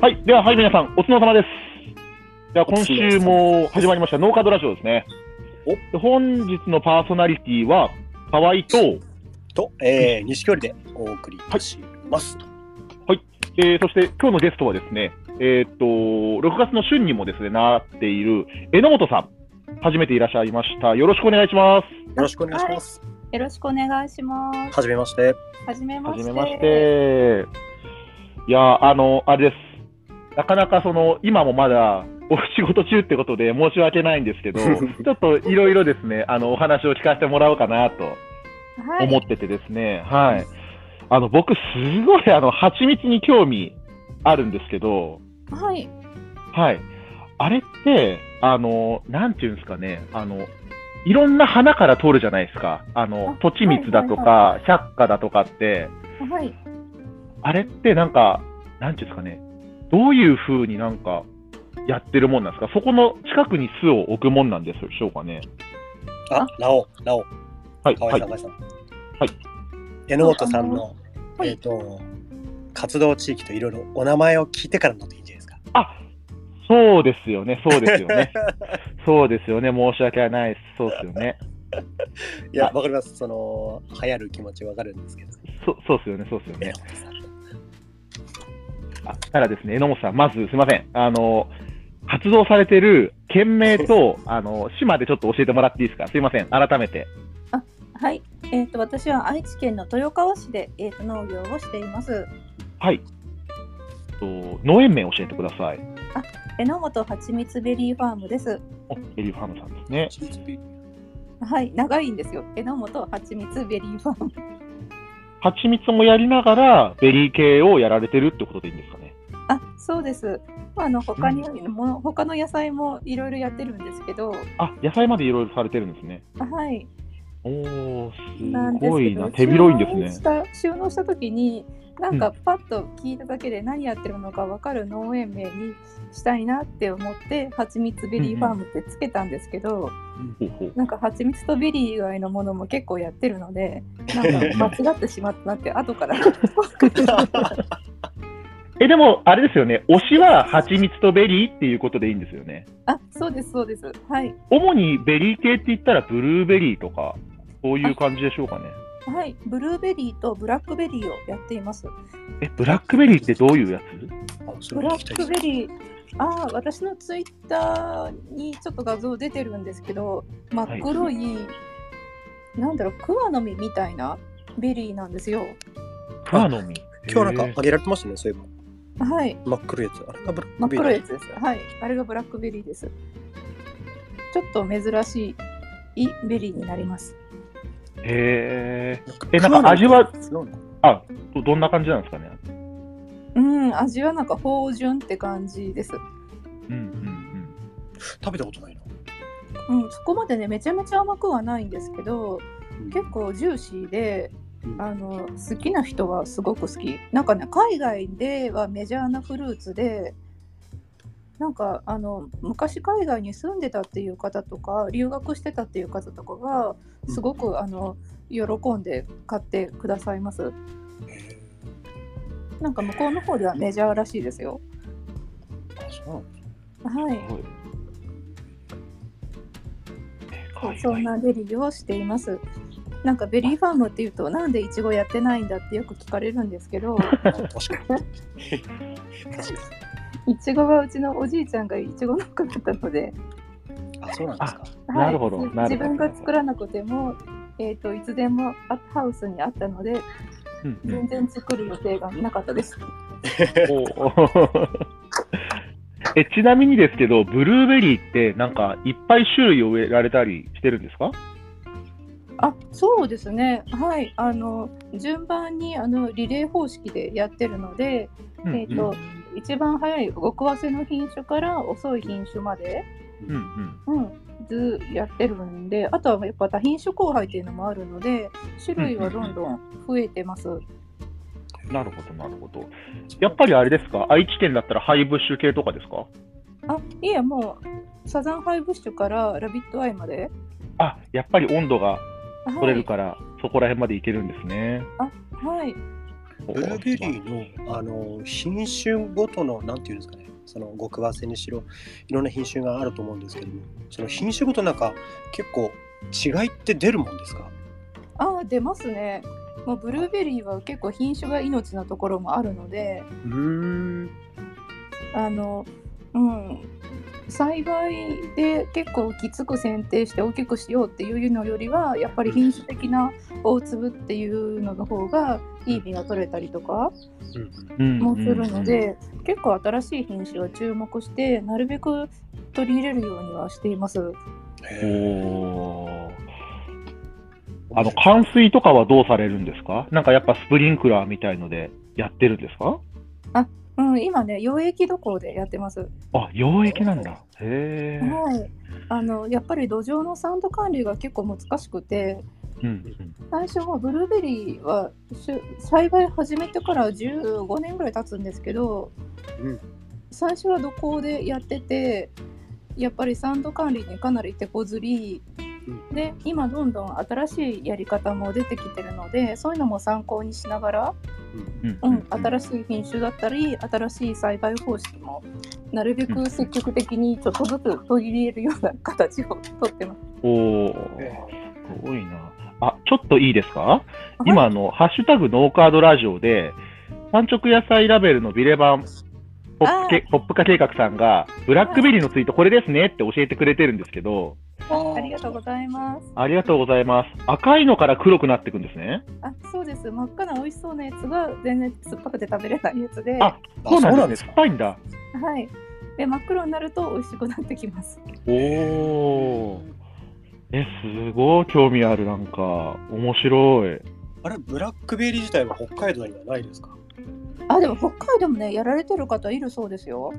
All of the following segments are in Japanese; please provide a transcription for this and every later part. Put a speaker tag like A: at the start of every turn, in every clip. A: はい、では、はい、皆さん、お疲れ様です。では、今週も始まりました、ノーカードラジオですね。
B: お
A: で本日のパーソナリティは、河合と、
B: と、えー、西距離でお送りいたします。
A: えーそして今日のゲストはですね、えーっと、6月の旬にもですね、なっている榎本さん、初めていらっしゃいました。よろしくお願いします。
B: よろしくお願いします。
C: よろしくお願いします。
B: はじめまして。
C: はじめま
A: は
C: して。
A: じめまして。いや、あの、あれです。なかなかその、今もまだ、お仕事中ってことで申し訳ないんですけ ど、ちょっといろいろですね、あの、お話を聞かせてもらおうかなと
C: はい。
A: 思っててですね、はい。あの、僕、すごい、あの、蜂蜜に興味あるんですけど、
C: はい。
A: はい。あれって、あの、なんていうんですかね、あの、いろんな花から取るじゃないですか。あの
C: あ、
A: 土地蜜だと
C: は
A: か、百花だとかって、
C: はい。
A: あれってなんか、なんていうんですかね、どういう風になんか、やってるもんなんですかそこの近くに巣を置くもんなんでしょうかね。
B: あ、ラオ、ラオ、
A: はい、
B: 河
A: は
B: 合
A: い
B: さん、、河合さん。
A: はい。
B: 榎本さんの、
C: はい
B: えっ、と、活動地域といろいろお名前を聞いてから乗っていいんじゃないですか。
A: あそうですよね、そうですよね。 そうですよね、申し訳ないです。そうですよね。
B: いや、わかります。その、流行る気持ちわかるんですけど。
A: そそうですよね、そうですよね
B: 榎。本さん。
A: あただですね、榎本さん、まずすみません。あの、活動されてる県名と、あの、島でちょっと教えてもらっていいですかすいません、改めて。
C: はい。えっ、と、私は愛知県の豊川市で、えっ、と、農業をしています。
A: はい。と農園名教えてください。
C: 榎本はちみつベリーファームです。
A: おエリファームさんですね。
C: はい。長いんですよ。榎本はちみつベリーファーム。
A: 蜂蜜もやりながら、ベリー系をやられてるってことでいいんですかね。
C: あ、そうです。まああの、他に、もの他の野菜もいろいろやってるんですけど、
A: あ、野菜までいろいろされてるんですね。
C: はい。
A: おー、
C: なん
A: す
C: です
A: ご
C: け
A: い
C: ど
A: な。手広いんで
C: 収納
A: す
C: し
A: ね。
C: た収納した時になん
A: う
C: かパッと聞いただけで何やってるのか分かる農園名にしたいなって思って「はちみつベリーファーム」ってつけたんですけど、
A: ほうほう。
C: なんかはちみつとベリー以外のものも結構やってる のでなんか間違ってしまったなって後から
A: え、でも、あれですよね。推しは蜂蜜とベリーっていうことでいいんですよね。
C: あそうですそうですはい
A: 主にベリー系って言ったらブルーベリーとかそういう感じでしょうかね
C: はいブルーベリーとブラックベリーをやっています
A: えブラックベリーってどういうやつ
B: あ、そ
C: ブ
B: れ
C: ラ
B: 聞きた
C: ッ
B: いで
C: ク
B: す
C: ベリーああ私のツイッターにちょっと画像出てるんですけど真っ黒い、なんだろう桑の実みたいなベリーなんですよ
A: クワの実
B: 今日な
A: へ
B: ん
A: ー
B: かあげられてましたね、そういえば。
C: はい
B: 真っ黒いやつ。あれがブラッ
C: 真
B: クベ
C: っ
B: リー。
C: 黒いやつですはいあれがブラックベリーですちょっと珍しいベリーになります
A: へ
B: なんか
A: えなんか味は
B: 違うんだ
A: ーどどんな感じなんですかね
C: うん味はなんか芳醇って感じです
A: うんうん
B: 食べたことないな。
C: うんそこまでねめちゃめちゃ甘くはないんですけど結構ジューシーで
B: うん
C: あの好きな人はすごく好きなんかね海外ではメジャーなフルーツでなんかあの昔海外に住んでたっていう方とか留学してたっていう方とかがすごく、あの喜んで買ってくださいます
B: へ
C: なんか向こうの方ではメジャーらしいですよ
B: ーあそうなんだ
C: は
A: うん
C: い
A: すごいえーかわいい
C: そんなベリーをしていますなんかベリーファームっていうとなんでイチゴやってないんだってよく聞かれるんですけど
B: 確かに。確か
C: いちごはうちのおじいちゃんがいちご農家だったの で、
B: に。あ、そうなんですか。
C: はい
A: なるほど
C: じ
A: なるほど
C: 自分が作らなくても、えー、といつでもアットハウスにあったので
A: うんうん
C: 全然作る予定がなかったです。
A: おー えちなみにですけどブルーベリーってなんかいっぱい種類を植えられたりしてるんですか
C: あそうですねはいあの順番にあのリレー方式でやってるので、
A: うん
C: えーと一番早い極早生の品種から遅い品種まで、
A: うんうん
C: うん、ずやってるんであとはやっぱ多品種交配っていうのもあるので種類はどんどん増えてます。
A: うんなるほどなるほどやっぱりあれですか愛知県だったらハイブッシュ系とかですか
C: あいえもうサザンハイブッシュからラビットアイまで
A: あやっぱり温度が
C: はい
A: 取れるから、そこら辺までいけるんですね。
C: はい
A: ブ
B: ブルーベリーのあの品種ごとのなんていうんですかねその極早生にしろいろんな品種があると思うんですけどもその品種ごとなんか結構違いって出るもんですか
C: ああ出ますねもうブルーベリーは結構品種が命なところもあるので
B: うん
C: あのうん栽培で結構きつく剪定して大きくしようっていうのよりはやっぱり品種的な大粒っていうのの方がいい実が取れたりとかもするので、結構新しい品種は注目してなるべく取り入れるようにはしています。
A: おーあの冠水とかはどうされるんですかなんかやっぱスプリンクラーみたいのでやってるんですか
C: うん、今ね、溶液土耕でやってます。
A: あ溶液なんだへえ、
C: はい。あの、やっぱり土壌の酸度管理が結構難しくて、
A: うん
C: 最初はブルーベリーはしゅ栽培始めてから15年ぐらい経つんですけど、
B: うん
C: 最初は土耕でやってて、やっぱり酸度管理にかなり手こずり、で今どんどん新しいやり方も出てきてるのでそういうのも参考にしながら
A: うん
C: う
A: うん
C: ん、新しい品種だったり新しい栽培方式もなるべく積極的にちょっとずつ取り入れるような形をとってます。
A: おおすごいなあちょっといいですか今あの「ハッシュタグノーカードラジオ」で産直野菜ラベルのビレ版ポップけポップ化計画さんがブラックベリーのツイートこれですねって教えてくれてるんですけど
C: ありがとうございます。
A: ありがとうございます赤いのから黒くなっていくんですね
C: あ、そうです。真っ赤な美味しそうなやつが全然酸っぱくて食べれないやつで、
A: あ
C: は
B: あ
A: そう
B: そう
A: な
B: なん
A: んで
B: ですす
A: ね酸っ
B: か
A: ぱいんだ
C: い。で真っ黒になると美味しくなってきます。
A: おおえすごい興味あるなんか面白い
B: あれブラックベリー自体は北海道にはないですか
C: あ、でも北海道もねやられてる方いるそうですよ。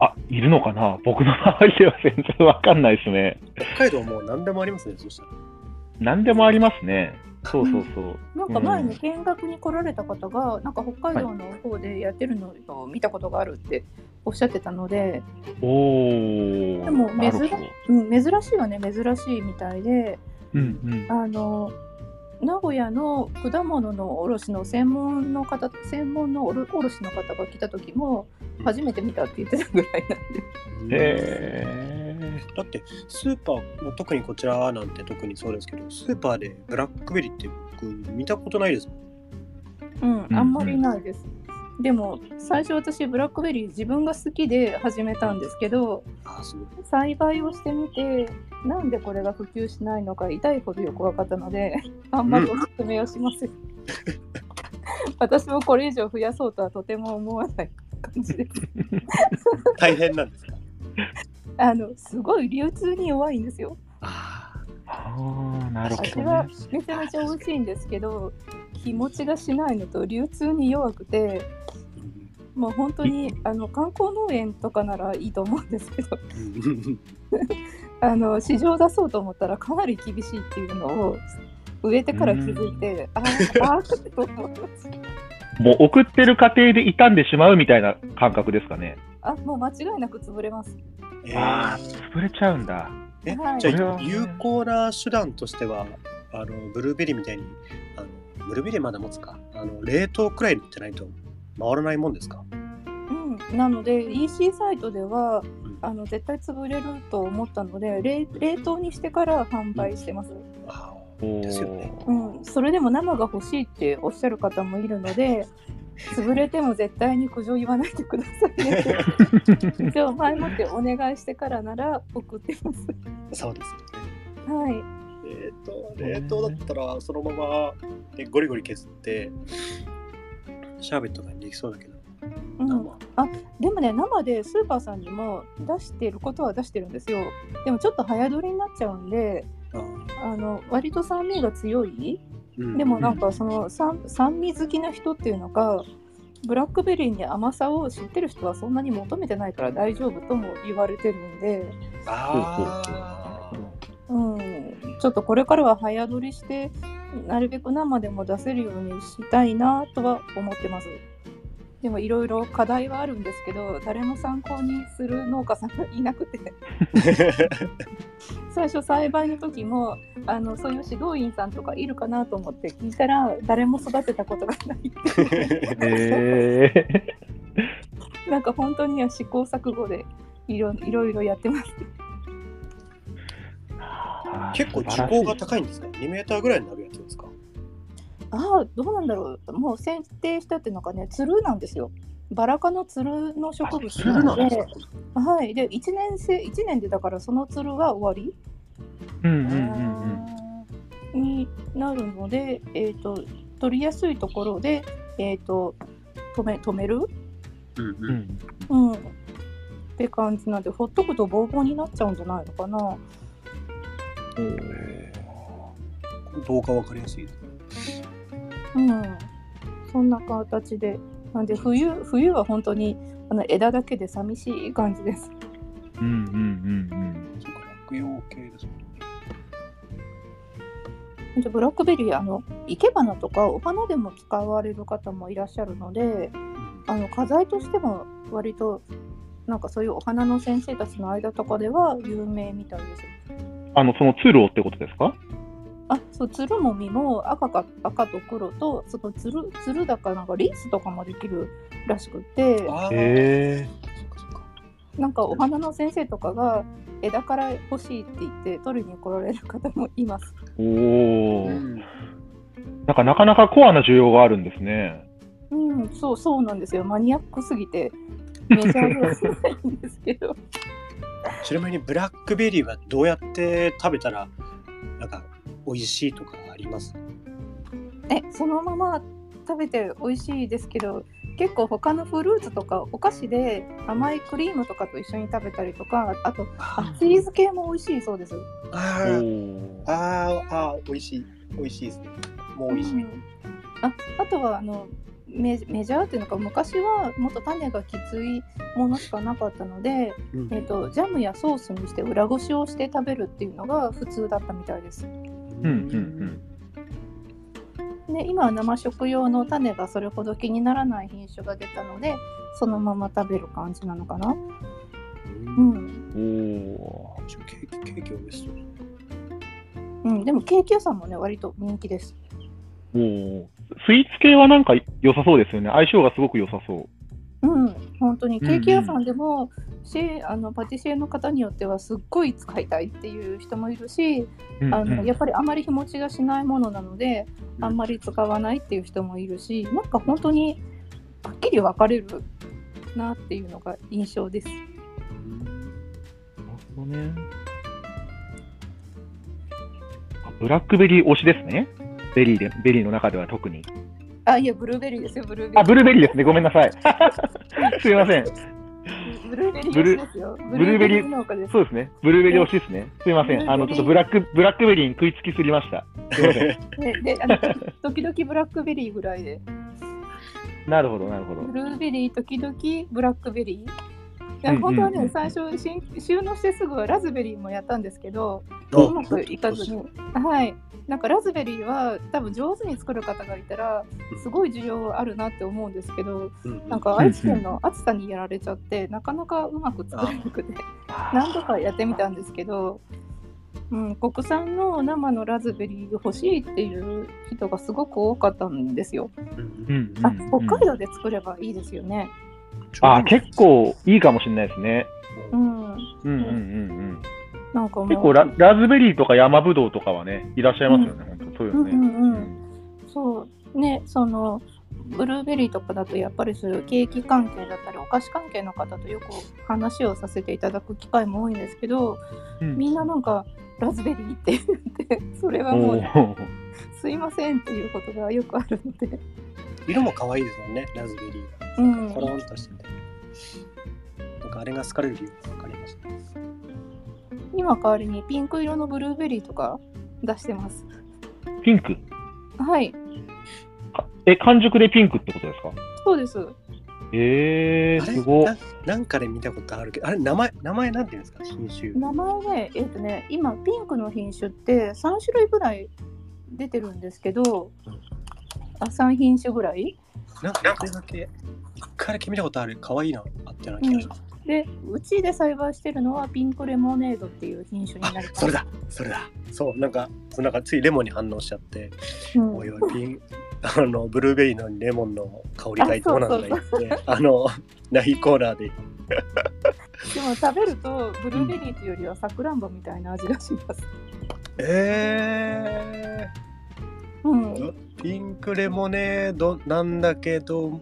A: あいるのかな僕の周りでは全然わかんないですね
B: 北海道もう何でもありますねそしたら
A: 何でもありますねそうそうそう
C: なんか前
A: う
C: に
A: ん
C: 見学に来られた方が、なんか北海道の方でやってるのを見たことがあるっておっしゃってたので、
A: おお
C: でも
A: なるほ
C: 珍
A: ど
C: うん、珍しいはね珍しいみたいで
A: うんうん
C: あの名古屋の果物の卸の専門の方専門の卸卸の方が来た時も初めて見たって言ってたぐらいなんで
A: へ
B: だってスーパーも特にこちらなんて特にそうですけどスーパーでブラックベリーって僕見たことないですもん
C: うんあんまりないです、でも最初私ブラックベリー自分が好きで始めたんですけど
B: あすごい
C: 栽培をしてみてなんでこれが普及しないのか痛いほどよく分かったのであんまりおすすめをしません、私もこれ以上増やそうとはとても思わない感じです
B: 大変なんですか
C: あのすごい流通に弱いんですよ
B: あ
A: ああなるほ
C: 味
A: ど
C: は
A: ね
C: めちゃめちゃ美味しいんですけど日持ちがしないのと流通に弱くてもう本当にあの観光農園とかならいいと思うんですけどあの市場出そうと思ったらかなり厳しいっていうのを植えてから気づいて、あーあーと思います
A: もう送ってる過程で傷んでしまうみたいな感覚ですかね
C: あもう間違いなく潰れます
B: え
A: ああ
B: ー
A: 潰れちゃうんだ
B: え
C: はい
B: じ
A: これ
B: ゃ
A: は
B: あ有効な手段としてはあのブルーベリーみたいにあのブルーベリーまだ持つかあの冷凍くらいってないと回らないもんですか
C: うん、なので EC サイトでは
B: ん
C: あの絶対潰れると思ったので冷冷凍にしてから販売してます、
B: ああ
A: お
B: ですよね
A: ー
C: うん、それでも生が欲しいっておっしゃる方もいるので潰れても絶対に苦情言わないでくださいね一応前もってお願いしてからなら送ってます
B: そうですよね
C: はい
B: 冷凍冷凍だったらそのままでゴリゴリ削ってシャーベットができそうだけど、
C: うん、
B: 生
C: でもね生でスーパーさんにも出してることは出してるんですよでもちょっと早取りになっちゃうんで
B: あ
C: あの割と酸味が強い
B: うん
C: でもなんかその酸酸味好きな人っていうのがブラックベリーに甘さを知ってる人はそんなに求めてないから大丈夫とも言われてるんで、
B: あー
C: うん、ちょっとこれからは早撮りしてなるべく生でも出せるようにしたいなとは思ってます。でもいろいろ課題はあるんですけど誰も参考にする農家さんがいなくて 最初栽培の時もあのそういう指導員さんとかいるかなと思って聞いたら誰も育てたことがないって いう
A: ええ
C: なんか本当には試行錯誤でいろいろいろやってます。
B: 結構時効が高いんですか ?2 メーターぐらいになるやつですか
C: ああどうなんだろうもう選定したっていうのがねつるなんですよ。バラ科のつるの植物
A: あつ
B: そ
A: る
B: う
C: な
B: な
C: の
B: んで
C: です
B: か、
C: はい、で1年生一年でだからそのつるは終わり
A: うんうんうんうん。
C: になるので、えー、と取りやすいところで、えー、と止め止める、
B: うん
A: う
B: うん
A: ん
C: うん、って感じなんでほっとくとボーボーになっちゃうんじゃないのかな。
B: これ動画わかりやすいですね。
C: うん、そんな形でなんで冬冬は本当にあの枝だけで寂しい感じです。
A: うんうんうん
B: そうか、落葉系ですね。
C: ほんとブラックベリーあの生け花とかお花でも使われる方もいらっしゃるので
B: うん
C: あの花材としても割となんかそういうお花の先生たちの間とかでは有名みたいです。
A: うん。あの、そのツールをってことですか
C: あそうつるもみも赤か赤と黒とそのつるつるだからなんかリースとかもできるらしくて
B: ああ、
A: え
B: そっかそっか。
C: なんかお花の先生とかが枝から欲しいって言って取りに来られる方もいます。
A: えおお。
B: うん
A: なんかなかなかコアな需要があるんですね。
C: うん、そうそうなんですよ。マニアックすぎてメジャーではないんですけど。
B: ちなみにブラックベリーはどうやって食べたらなんか美味しいとかあります
C: え、そのまま食べて美味しいですけど、結構他のフルーツとかお菓子で甘いクリームとかと一緒に食べたりとか、あとあチーズ系も美味しいそうです。
B: あ
A: お
B: ー
A: お。
B: あーあー美味しい美味しいですねもう美味しい、
C: うんああとはあのメメジャーっていうのか昔はもっと種がきついものしかなかったので、
B: うん
C: えっとジャムやソースにして裏ごしをして食べるっていうのが普通だったみたいです。
A: うんうん
C: で今は生食用の種がそれほど気にならない品種が出たのでそのまま食べる感じなのかな。う
B: うん
C: ん
A: うん。おお。
B: ちょケーキケーキ美味しそう
C: うん、でもケーキ屋さんもね割と人気です。
A: おお。スイーツ系はなんか良さそうですよね。相性がすごく良さそう。
C: うん、本当にケーキ屋さんでも、シェあのパティシエの方によってはすっごい使いたいっていう人もいるし、
A: うんうん
C: あのやっぱりあまり日持ちがしないものなので
B: うん
C: あんまり使わないっていう人もいるしなんか本当にはっきり分かれるなっていうのが印象です。
A: なるほどね。あブラックベリー推しですね。ベリーで、ベリーの中では特に。
C: あいやブルーベリーですよブルーベリー。
A: あ、ブルーベリーですね。ごめんなさい。 すいません。
C: ブルーベリーですよ。
A: ブ
C: ブ
A: ル
C: ル
A: ーベ
C: ーベ
A: リ
C: リ
A: ー
C: ー農家です。
A: そうですね。ブルーベリー推しですね。すいません。あの、ちょっとブラック、ブラックベリーに食いつきすぎました。すいません。
C: で、であの時々ブラックベリーぐらいで、
A: なるほど、なるほど。
C: ブルーベリー時々ブラックベリー。い
A: うん
C: や
A: うん
C: 本当はね、最初しん収納してすぐはラズベリーもやったんですけど、
B: あ
C: うまくいかずに、はい、なんかラズベリーは多分上手に作る方がいたらすごい需要あるなって思うんですけど、
B: うん
C: なんか愛知県の暑さにやられちゃってなかなかうまく作れ なくて何度かやってみたんですけど、うん、国産の生のラズベリー欲しいっていう人がすごく多かったんですよ。
B: うんうん
A: うんうん
C: あ北海道で作ればいいですよね。
A: あ、結構いいかもしれないですね。
C: うん、
A: うんうんうんうん。
C: なんかもう
A: 結構ララズベリーとか山ぶどうとかはね、いらっしゃいますよね、本当そういうのね。
C: うんうんうんそうねそのブルーベリーとかだとやっぱりそういうケーキ関係だったりお菓子関係の方とよく話をさせていただく機会も多いんですけど
A: うん
C: みんななんかラズベリーって言ってそれはも
A: お
C: う
A: ー
C: すいませんっていうことがよくあるので、
B: 色も可愛いですもんねラズベリ
C: う
B: ーが
C: ん
B: コ、ロンとしててなんかあれが好かれる理由が分かります
C: 今代わりにピンク色のブルーベリーとか出してます
A: ピンク。
C: はい
A: かえ、完熟でピンクってことですか
C: そうです
A: えー、
B: あれ
A: すごっ
B: ななんかで見たことあるけどあれ名前名前なんていうんですか品種
C: 名前ねえっ、とね今ピンクの品種って3種類ぐらい出てるんですけどあ3品種ぐらい
B: なんか一個だけ一回だけ見たことある。可愛いな。あったような気がします。
C: でうちで栽培してるのはピンクレモネードっていう品種に
B: あ
C: なる、
B: それだ。それだ。そう、なんか、そうなんかついレモンに反応しちゃって、
C: うん
B: おいおい、ピン、あの、ブルーベリーのレモンの香りがいいどうなんだ言って、 あの、ないコーナーで、
C: でも食べるとブルーベリーというよりはさくらんぼみたいな味がします。
B: え
C: うん、
B: ー、ピンクレモネードなんだけど、ん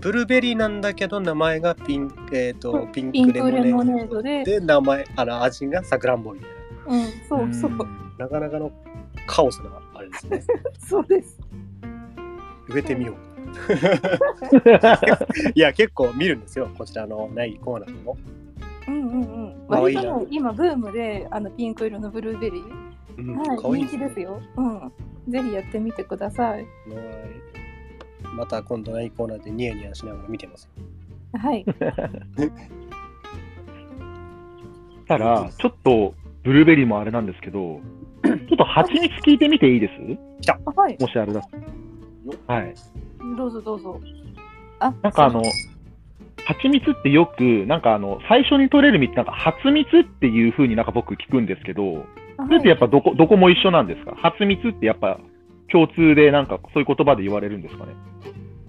B: ブルーベリーなんだけど、名前がピン,、えー、とピン
C: ピン
B: ク
C: ク
B: レ
C: レ
B: モネ
C: モネ
B: ー
C: ード
B: ド
C: で、
B: で、名前、あの、味がさくらんぼみたいな。
C: うん、そうそう、
A: ん
B: なかなかのカオスなあれですね。
C: そうです。
B: 植えてみよう。 いや、結構見るんですよ。こちらのないコーナーでも。
C: うんうんうん。
B: 可愛い
C: 割
B: な
C: とね今ブームであのピンク色のブルーベリー、
B: うん
C: はい、人気です
B: よ。
C: よ。うん、ぜひやってみてください。
B: はいまた今度ないコーナーでニヤニヤしながら見てます。
C: はい。
A: たら、ちょっとブルーベリーもあれなんですけど、ちょっと蜂蜜聞いてみていいです
C: あはい。
A: もしあれだったら。はい。
C: どうぞどうぞ。あ、
A: なんかあの、蜂蜜ってよく、なんかあの、最初に取れる蜜、なんか蜂蜜っていう風になんか僕聞くんですけど、
C: そう、
A: それってやっ
C: ぱ
A: ぱどこ、どこも一緒なんですか蜂蜜ってやっぱ共通でなんかそういう言葉で言われるんですかね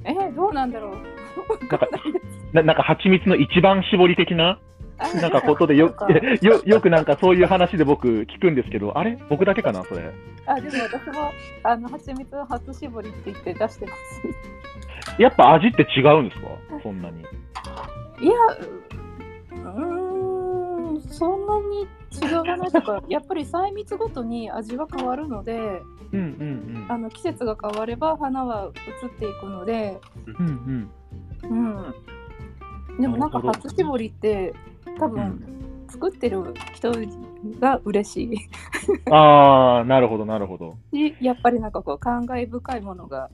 C: えーどうなんだろう。
A: なんか、ななんか蜂蜜の一番絞り的な
C: あ
A: なんかことでよ
C: そうか
A: よ、よくなんかそういう話で僕聞くんですけど、あれ僕だけかなそれ。
C: あ、でも私もあの蜂蜜を初絞りって言って出してます。
A: やっぱ味って違うんですかそんなに。
C: いや、うーん、そんなに違わないとか、やっぱり細密ごとに味は変わるので、
A: うんうん
C: あの季節が変われば花は移っていくので、
A: うん。うん
C: うん。でもなんか
A: なるほど
C: 初絞りって、多
A: うん。う
C: 分
A: ん、
C: 作ってる人が嬉しい
A: あー、なるほどなるほど。
C: し、やっぱりなんかこう感慨深いものが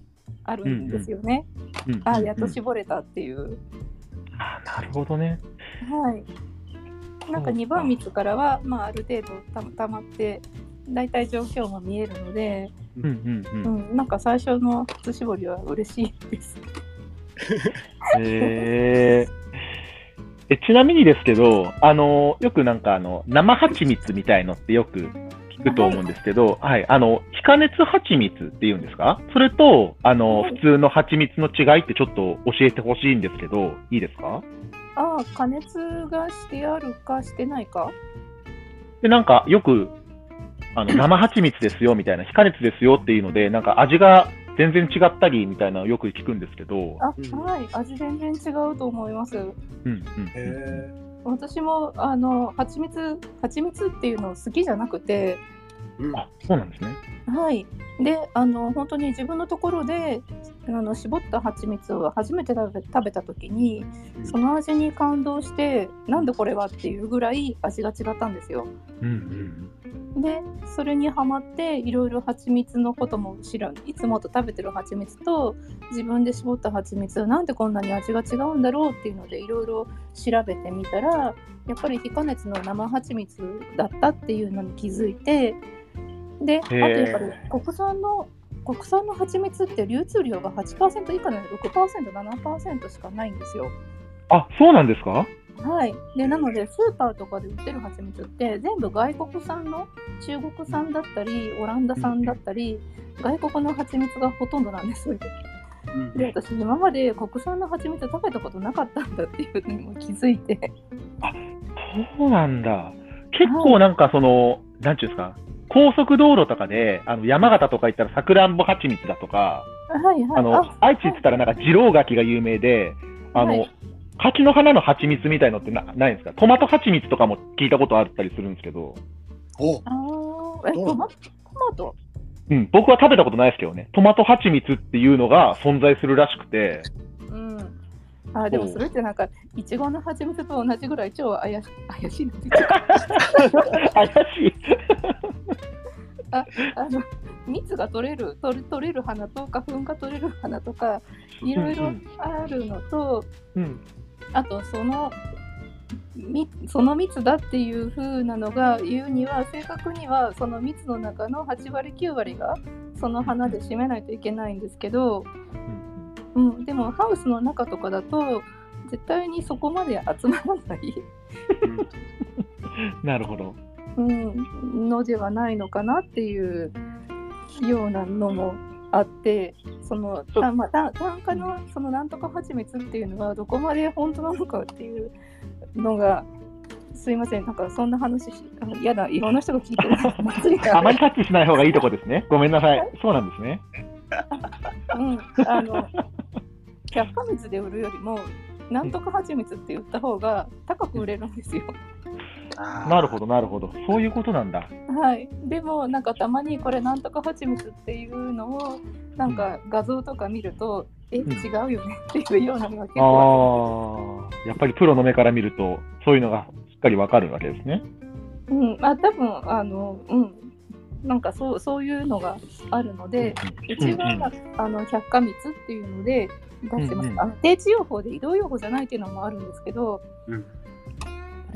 C: あるんですよね。
A: うん
C: あ、やっと
A: うん
C: 絞れたっていう。
A: あーなるほどね。
C: はい。なんか
A: そう
C: 2番蜜からは、まあ、ある程度たたまって大体状況も見えるので、
A: うんうん
C: う
A: うん。
C: ん、なんか最初の初絞りは嬉しいです。
A: へーえちなみにですけど、あのよくなんかあの生蜂蜜みたいのってよく聞くと思うんですけど、はい、あの気化熱蜂蜜っていうんですか？それとあの、
C: はい
A: 普通の蜂蜜の違いってちょっと教えてほしいんですけど、いいですか？
C: ああ加熱がしてあるかしてないか
A: でなんかよくあ の生蜂蜜ですよみたいな気化熱ですよっていうので、なんか味が全然違ったりみたいなのよく聞くんですけど、
C: あ、
B: うん
C: はい味全然違うと思います。
A: うんうんうん
B: へ
C: 私もあの蜂蜜蜂蜜っていうの好きじゃなくて、
B: うん
A: あそうなんですね。
C: はい、であの本当に自分のところであの絞った蜂蜜を初めて食べ食べた時に
B: うん
C: その味に感動してなんでこれはっていうぐらい味が違ったんですよ。
A: うんうん
C: でそれにハマっていろいろ蜂蜜のことも知らんいつもと食べてる蜂蜜と自分で絞った蜂蜜なんでこんなに味が違うんだろうっていうのでいろいろ調べてみたらやっぱり非加熱の生蜂蜜だったっていうのに気づいてであとやっぱり国産の国産の蜂蜜って流通量が8%以下なので 6%7% しかないんですよ。
A: あそうなんですか？
C: はい、でなのでスーパーとかで売ってる蜂蜜って全部外国産の中国産だったりオランダ産だったり外国の蜂蜜がほとんどなんですよ
B: うん
C: で私今まで国産の蜂蜜食べたことなかったんだっていうのにも気づいて
A: そうなんだ。結構なんかその、なんちゅうんですか、高速道路とかで、あの山形とか行ったらさくらんぼ蜂蜜だとか、
C: はいはい
A: あの愛知行ったらなんか二郎柿が有名で、あの、
C: はい
A: 柿の花の蜂蜜みたいのってなないんですかトマト蜂蜜とかも聞いたことあったりするんですけど、
B: お
C: あーえ
B: どう
C: トマトトマト
A: うん、僕は食べたことないですけどね、トマト蜂蜜っていうのが存在するらしく て、
C: うんあーでもそれってなんかいちごの蜂蜜と同じぐらい超怪し 怪しいの
A: 怪しい。
C: あの蜜が取れる取れ取れる花と花粉が取れる花とかいろいろあるのと、
A: うんうん
C: あとそのみその蜜だっていう風なのが言うには正確にはその蜜の中の8割9割がその花で占めないといけないんですけど、
A: うん
C: うん、でもハウスの中とかだと絶対にそこまで集まらない、
A: なるほど。
C: うん、のではないのかなっていうようなのもあってその
A: そう
C: たまあた単価のそのなんとか蜂蜜っていうのはどこまで本当なのかっていうのがすいませんなんかそんな話しあのやだいろんな人が聞いてるま ずいな
A: あまりタッチしない方がいいとこですね。ごめんなさい。そうなんですね。
C: うん、あの百花蜜で売るよりもなんとか蜂蜜って言った方が高く売れるんですよ。
A: な
B: な
A: るほど、なるほど。そういうことなんだ。
C: はい、でもなんかたまにこれなんとか蜂蜜っていうのをなんか画像とか見ると、え
A: ん
C: 違うよねっていうようなのが結
A: あ
C: 構
A: あ、やっぱりプロの目から見ると、そういうのがしっかりわかるわけですね。
C: うんまあ多分あのうんなんかそうそういうのがあるのでうちは、あの百花蜜っていうので出してます、
A: うんうん
C: あの定置養蜂で移動養蜂じゃないっていうのもあるんですけど、
B: うん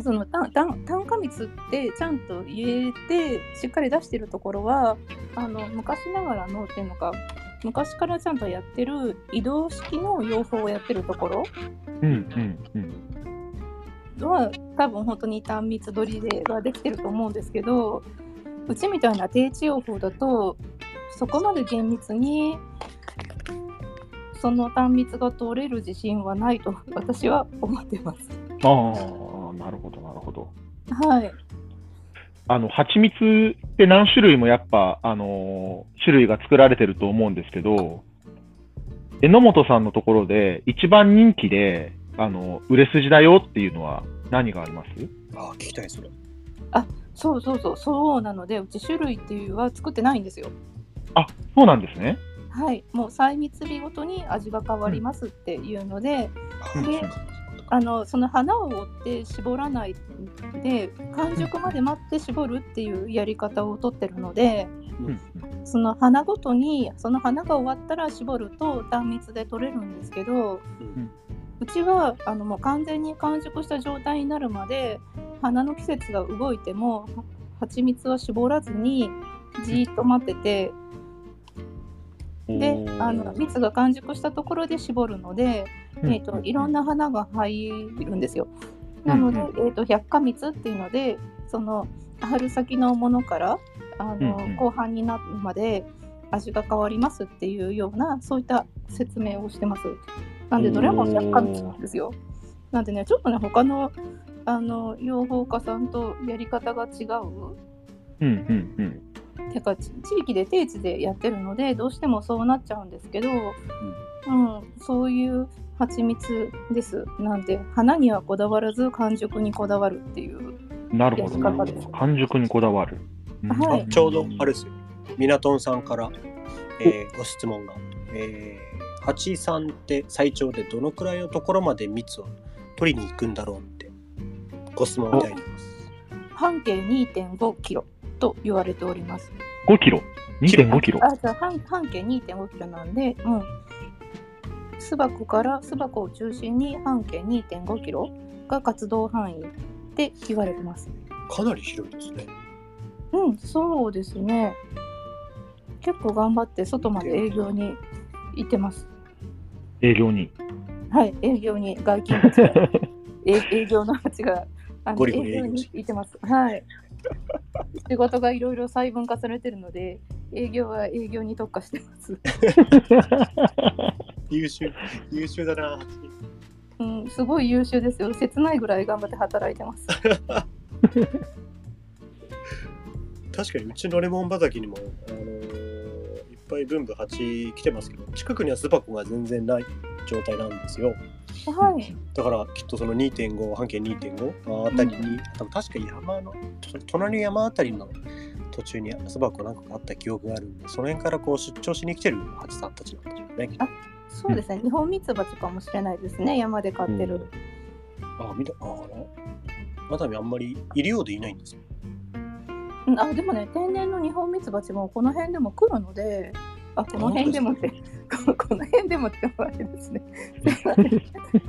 C: その単単単価蜜ってちゃんと入れてしっかり出してるところはあの昔ながらのっていうのか昔からちゃんとやってる移動式の養蜂をやってるところ
A: うん、うん、うん。
C: は多分本当に単密取りではできてると思うんですけどうちみたいな低地養法だとそこまで厳密にその単密が取れる自信はないと私は思ってます。
A: ああ、なるほど、なるほど。
C: はい、
A: あの、蜂蜜って何種類もやっぱ、あのー種類が作られてると思うんですけど、榎本さんのところで一番人気で、あの、売れ筋だよっていうのは何があります
B: あ聞きたいそれ。
C: そうそうそうそうなのでうち種類っていうは作ってないんですよ。
A: あ、そうなんですね。
C: はい、もう細密日ごとに味が変わりますっていうので、であのその花を折って絞らないで完熟まで待って絞るっていうやり方をとってるので
A: うんうん、
C: その花ごとにその花が終わったら絞ると単密で取れるんですけど
B: うん
C: うちはあのもう完全に完熟した状態になるまで花の季節が動いてもは蜂蜜は絞らずにじーっと待っててで
A: おー
C: あの蜜が完熟したところで絞るので。
A: うん
C: えー、といろんな花が入るんですよ。
A: うん
C: なので、
A: うん
C: えー、と百花蜜っていうのでその春先のものからあの、
A: うんうん
C: 後半になるまで味が変わりますっていうようなそういった説明をしてます。なんでどれも百花蜜なんですよ。なんでねちょっとね他のあの養蜂家さんとやり方が違
A: う
C: う。
A: んうんうん
C: てかち地域で定地でやってるのでどうしてもそうなっちゃうんですけど、うんそういう蜂蜜ですなんで花にはこだわらず完熟にこだわるっていう
A: なるほど、なるほ
C: やり方で
A: ど。
C: す
A: 完熟にこだわる。うん
C: はい
B: あちょうどあれですよ。ミナトンさんから、えーご質問が、えー、蜂さんって最長でどのくらいのところまで蜜を取りに行くんだろうってご質問をいただいてます。
C: 半径2.5キロと言われております。
A: 5キロ。2.5キロ。
C: あじゃあ半半径2.5キロなんで、うん、巣箱から巣箱を中心に半径2.5キロが活動範囲って言われてます。
B: かなり広いですね。
C: うん、そうですね。結構頑張って外まで営業に行ってます。
A: 営業に。
C: はい、営業に外勤たちが 営営業の蜂があの
B: ゴリゴリ
C: 営業
B: 営業
C: に
B: し
C: 行ってます。はい。仕事がいろいろ細分化されてるので、営業は営業に特化して ます。
B: 優秀、優秀だな。
C: うん、すごい優秀ですよ。切ないぐらい頑張って働いてます。
B: 確かにうちのレモン畑にも、あのーいっぱい分布蜂来てますけど、近くには巣箱が全然ない状態なんですよ。
C: はい。
B: だからきっとその2.5半径2.5あたりに、多分確か山のと隣の山あたりの途中に巣箱なんかがあった記憶があるんでその辺からこう出張しに来てる蜂さんたちなんでしょうねきっと
C: あそうですね。日本ミツバチかもしれないですね。山で飼ってる。
B: あ見たああら熱海あんまりいるようでいないんですよ
C: うん、あ、でもね、天然の日本ミツバチもこの辺でも来るので、あ、この辺でもって、こ この辺でもって言われですね。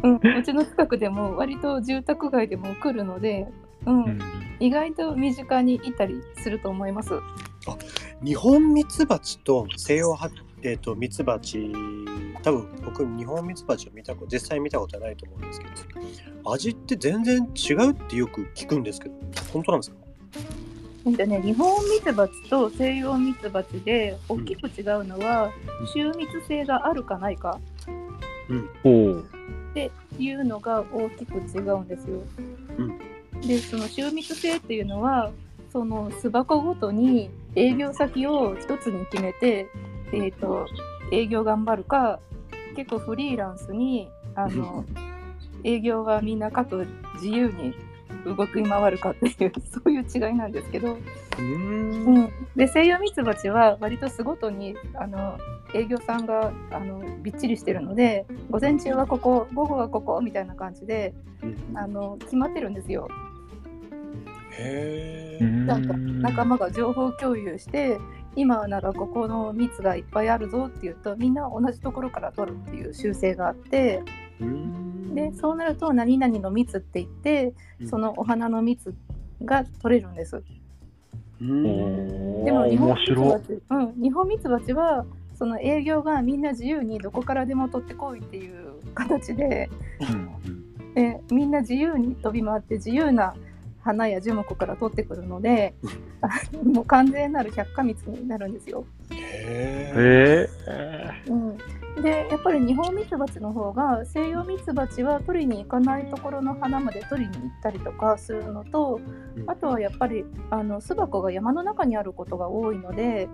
C: うん、うちの近くでも割と住宅街でも来るので、うん
A: うん
C: 意外と身近にいたりすると思います。
B: 日本ミツバチと西洋ハえーとミツバチ多分僕日本ミツバチを見たこと実際見たことはないと思うんですけど味って全然違うってよく聞くんですけど本当なんですか
C: ほんとね、日本ミツバチと西洋ミツバチで大きく違うのは、
B: うん
C: 収密性があるかないか
A: おう
C: っていうのが大きく違うんですよ。
B: うん
C: でその収密性っていうのはその巣箱ごとに営業先を一つに決めて、えー、と営業頑張るか結構フリーランスに あの営業はみんなかと自由に動き回るかっていうそういう違いなんですけど。
B: うーん
C: うん、で西洋ミツバチは割と巣ごとにあの営業さんがあのびっちりしてるので午前中はここ午後はここみたいな感じであの決まってるんですよ
B: へ
A: う
B: え
A: ん
C: なんか仲間が情報共有して今ならここの蜜がいっぱいあるぞって言うとみんな同じところから取るっていう習性があってでそうなると何々の蜜って言ってそのお花の蜜が取れるんですでも日
A: 面
C: 本ミツ
A: 白
C: バ
A: い
C: チ、うん、日本ミツバチはその営業がみんな自由にどこからでも取ってこいっていう形で、
A: うん
C: えみんな自由に飛び回って自由な花や樹木から取ってくるの で、あもう完全なる百花蜜になるんですよ。
B: へえ
A: え
C: うん、でやっぱり日本ミツバチの方が西洋ミツバチは取りに行かないところの花まで取りに行ったりとかするのと
B: うん
C: あとはやっぱりあの巣箱が山の中にあることが多いので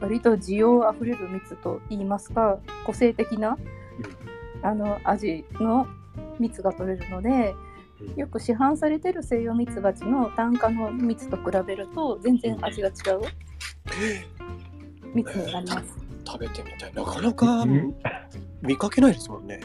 C: 割と需要あふれる蜜といいますか個性的なあの味の蜜が取れるので
B: うん
C: よく市販されてる西洋ミツバチの単価の蜜と比べると全然味が違う蜜になります。
B: 食べてみたいなかなか
A: うん
B: 見かけないですもんね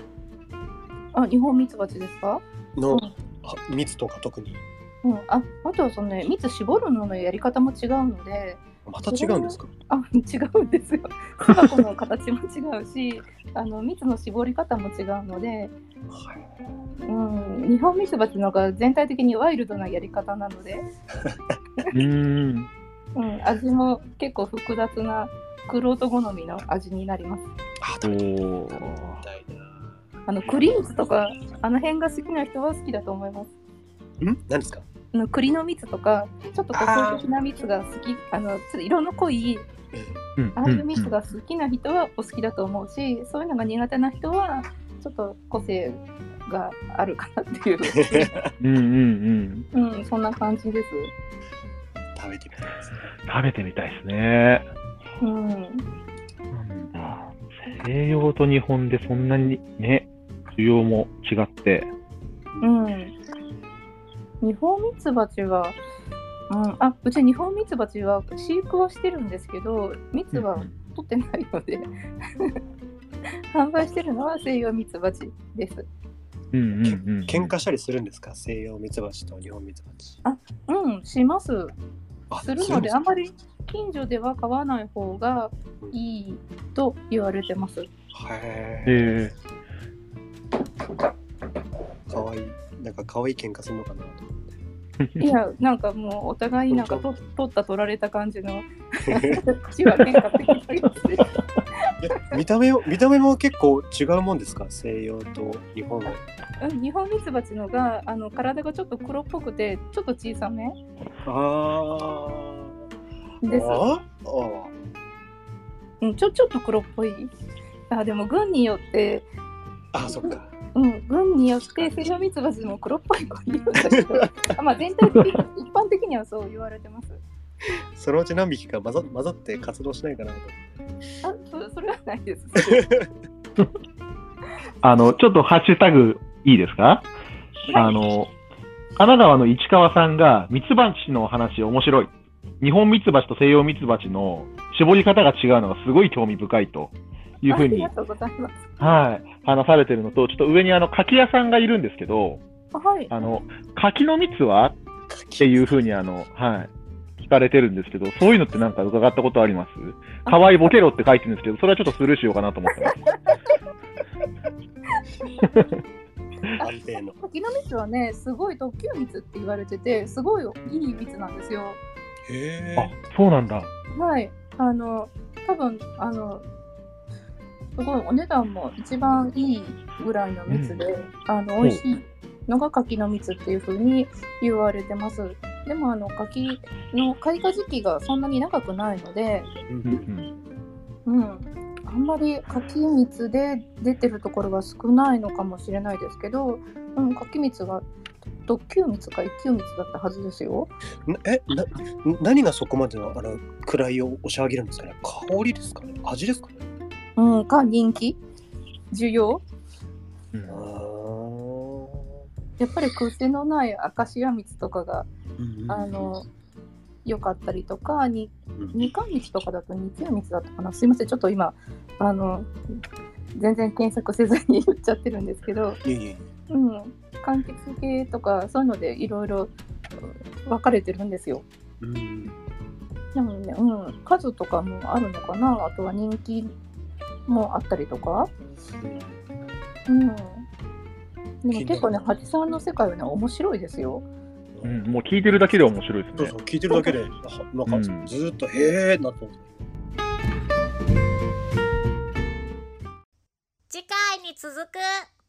C: あ日本ミツバチですか
B: の
C: うん
B: あ蜜とか特に
C: うん、ああとはそのね蜜絞るののやり方も違うので
B: また違うんですか
C: あ違うんですよ巣箱の形も違うしあの蜜の絞り方も違うので、うん、日本ミツバチの方が全体的にワイルドなやり方なので、
A: うん
C: うん、味も結構複雑なクロート好みの味になります
B: あ食
A: お
B: べて
A: お
B: みたいな
C: あのクリーズとかあの辺が好きな人は好きだと思います
B: ん何ですか
C: あの栗の蜜とかちょっと個性的な蜜が好きあのちょっと色の濃い
A: うん
C: ああいうミスが好きな人はお好きだと思うし、そういうのが苦手な人はちょっと個性があるかなっ ていう、
A: うんうんうん
C: うん、そんな感じです。
B: 食べてみたいですね
A: 食べてみたいですね
C: うん、
A: なんだ西洋と日本でそんなにね需要も違って
C: うん、日本ミツバチは、うん、あうち日本ミツバチは飼育はしてるんですけど蜜は取ってないので 販売してるのは西洋ミツバチです。
A: うんうんうんうん
B: 喧嘩したりするんですか西洋ミツバチと日本ミツバチ
C: うん、します。
B: あ
C: するのであん
B: ま
C: まり近所では買わない方がいいと言われてます。
B: へ
A: え
B: えかわいいなんかかわいい喧嘩するのかなと
A: え
C: いやなんかもうお互いなんかと取った取られた感じ の口は喧嘩って感じですね
B: え見た目を見た目も結構違うもんですか西洋と日本は
C: うん日本ミツバチのがあの体がちょっと黒っぽくてちょっと小さめ
B: あ
C: です。
B: ああ
C: うん、ちょちょっと黒っぽい。あでも軍によって、
B: あそっか
C: うん、軍によってセリオミツバチも黒っぽい子いるんだけど、あまあ全体的に一般的にはそう言われてます。
B: そのうち何匹か混ざ混ざって活動しないかなと
C: あそそれはないです。
A: あのちょっとハッシュタグいいですかあの神奈川の市川さんがミツバチの話面白い日本ミツバチと西洋ミツバチの絞り方が違うのがすごい興味深いというふうに
C: ありがとうございます。
A: はい、話されてるのと、ちょっと上にあの柿屋さんがいるんですけど、
C: あはい。
A: あの柿の蜜はっていうふうにあの、はい、聞かれてるんですけど、そういうのってなんか伺ったことあります可愛いボケろって書いてるんですけど、それはちょっとスルーしようかなと思ってます。
B: 安定の
C: 柿の蜜はね、すごい特級蜜って言われてて、すごいいい蜜なんですよ。
B: へ
A: あそうなんだ。
C: はい。あの、多分あの、すごいお値段も一番いいぐらいの蜜で、あの美味しいのが柿の蜜っていう風に言われてます。でもあの柿の開花時期がそんなに長くないので、
B: うん
C: うん、あんまり柿蜜で出てるところが少ないのかもしれないですけど、うん、柿蜜が特級蜜か一級蜜だったはずですよ。
B: なえな何がそこまでのあの位を押し上げるんですかね香りですかね味ですかね
C: うん、か人気需要
B: あー
C: やっぱり癖のないアカシア蜜とかが
B: うん
C: あの良かったりとかに
B: うん
C: 二冠蜜とかだと二級蜜だったかなすいませんちょっと今あの全然検索せずに 言っちゃってるんですけど、
B: いえいえいえ
C: うん、柑橘系とかそういうのでいろいろ分かれてるんですよ。
B: うん
C: でもね、うん、数とかもあるのかなあとは人気もあったりとか。うんでも結構ね、八さんの世界はね、面白いですよ。
A: うん、もう聞いてるだけで面白いです
B: そう
A: ね
B: そう。聞いてるだけではなん
A: う
B: か
A: ん
B: ずーっとへえなってます
D: 次回に続く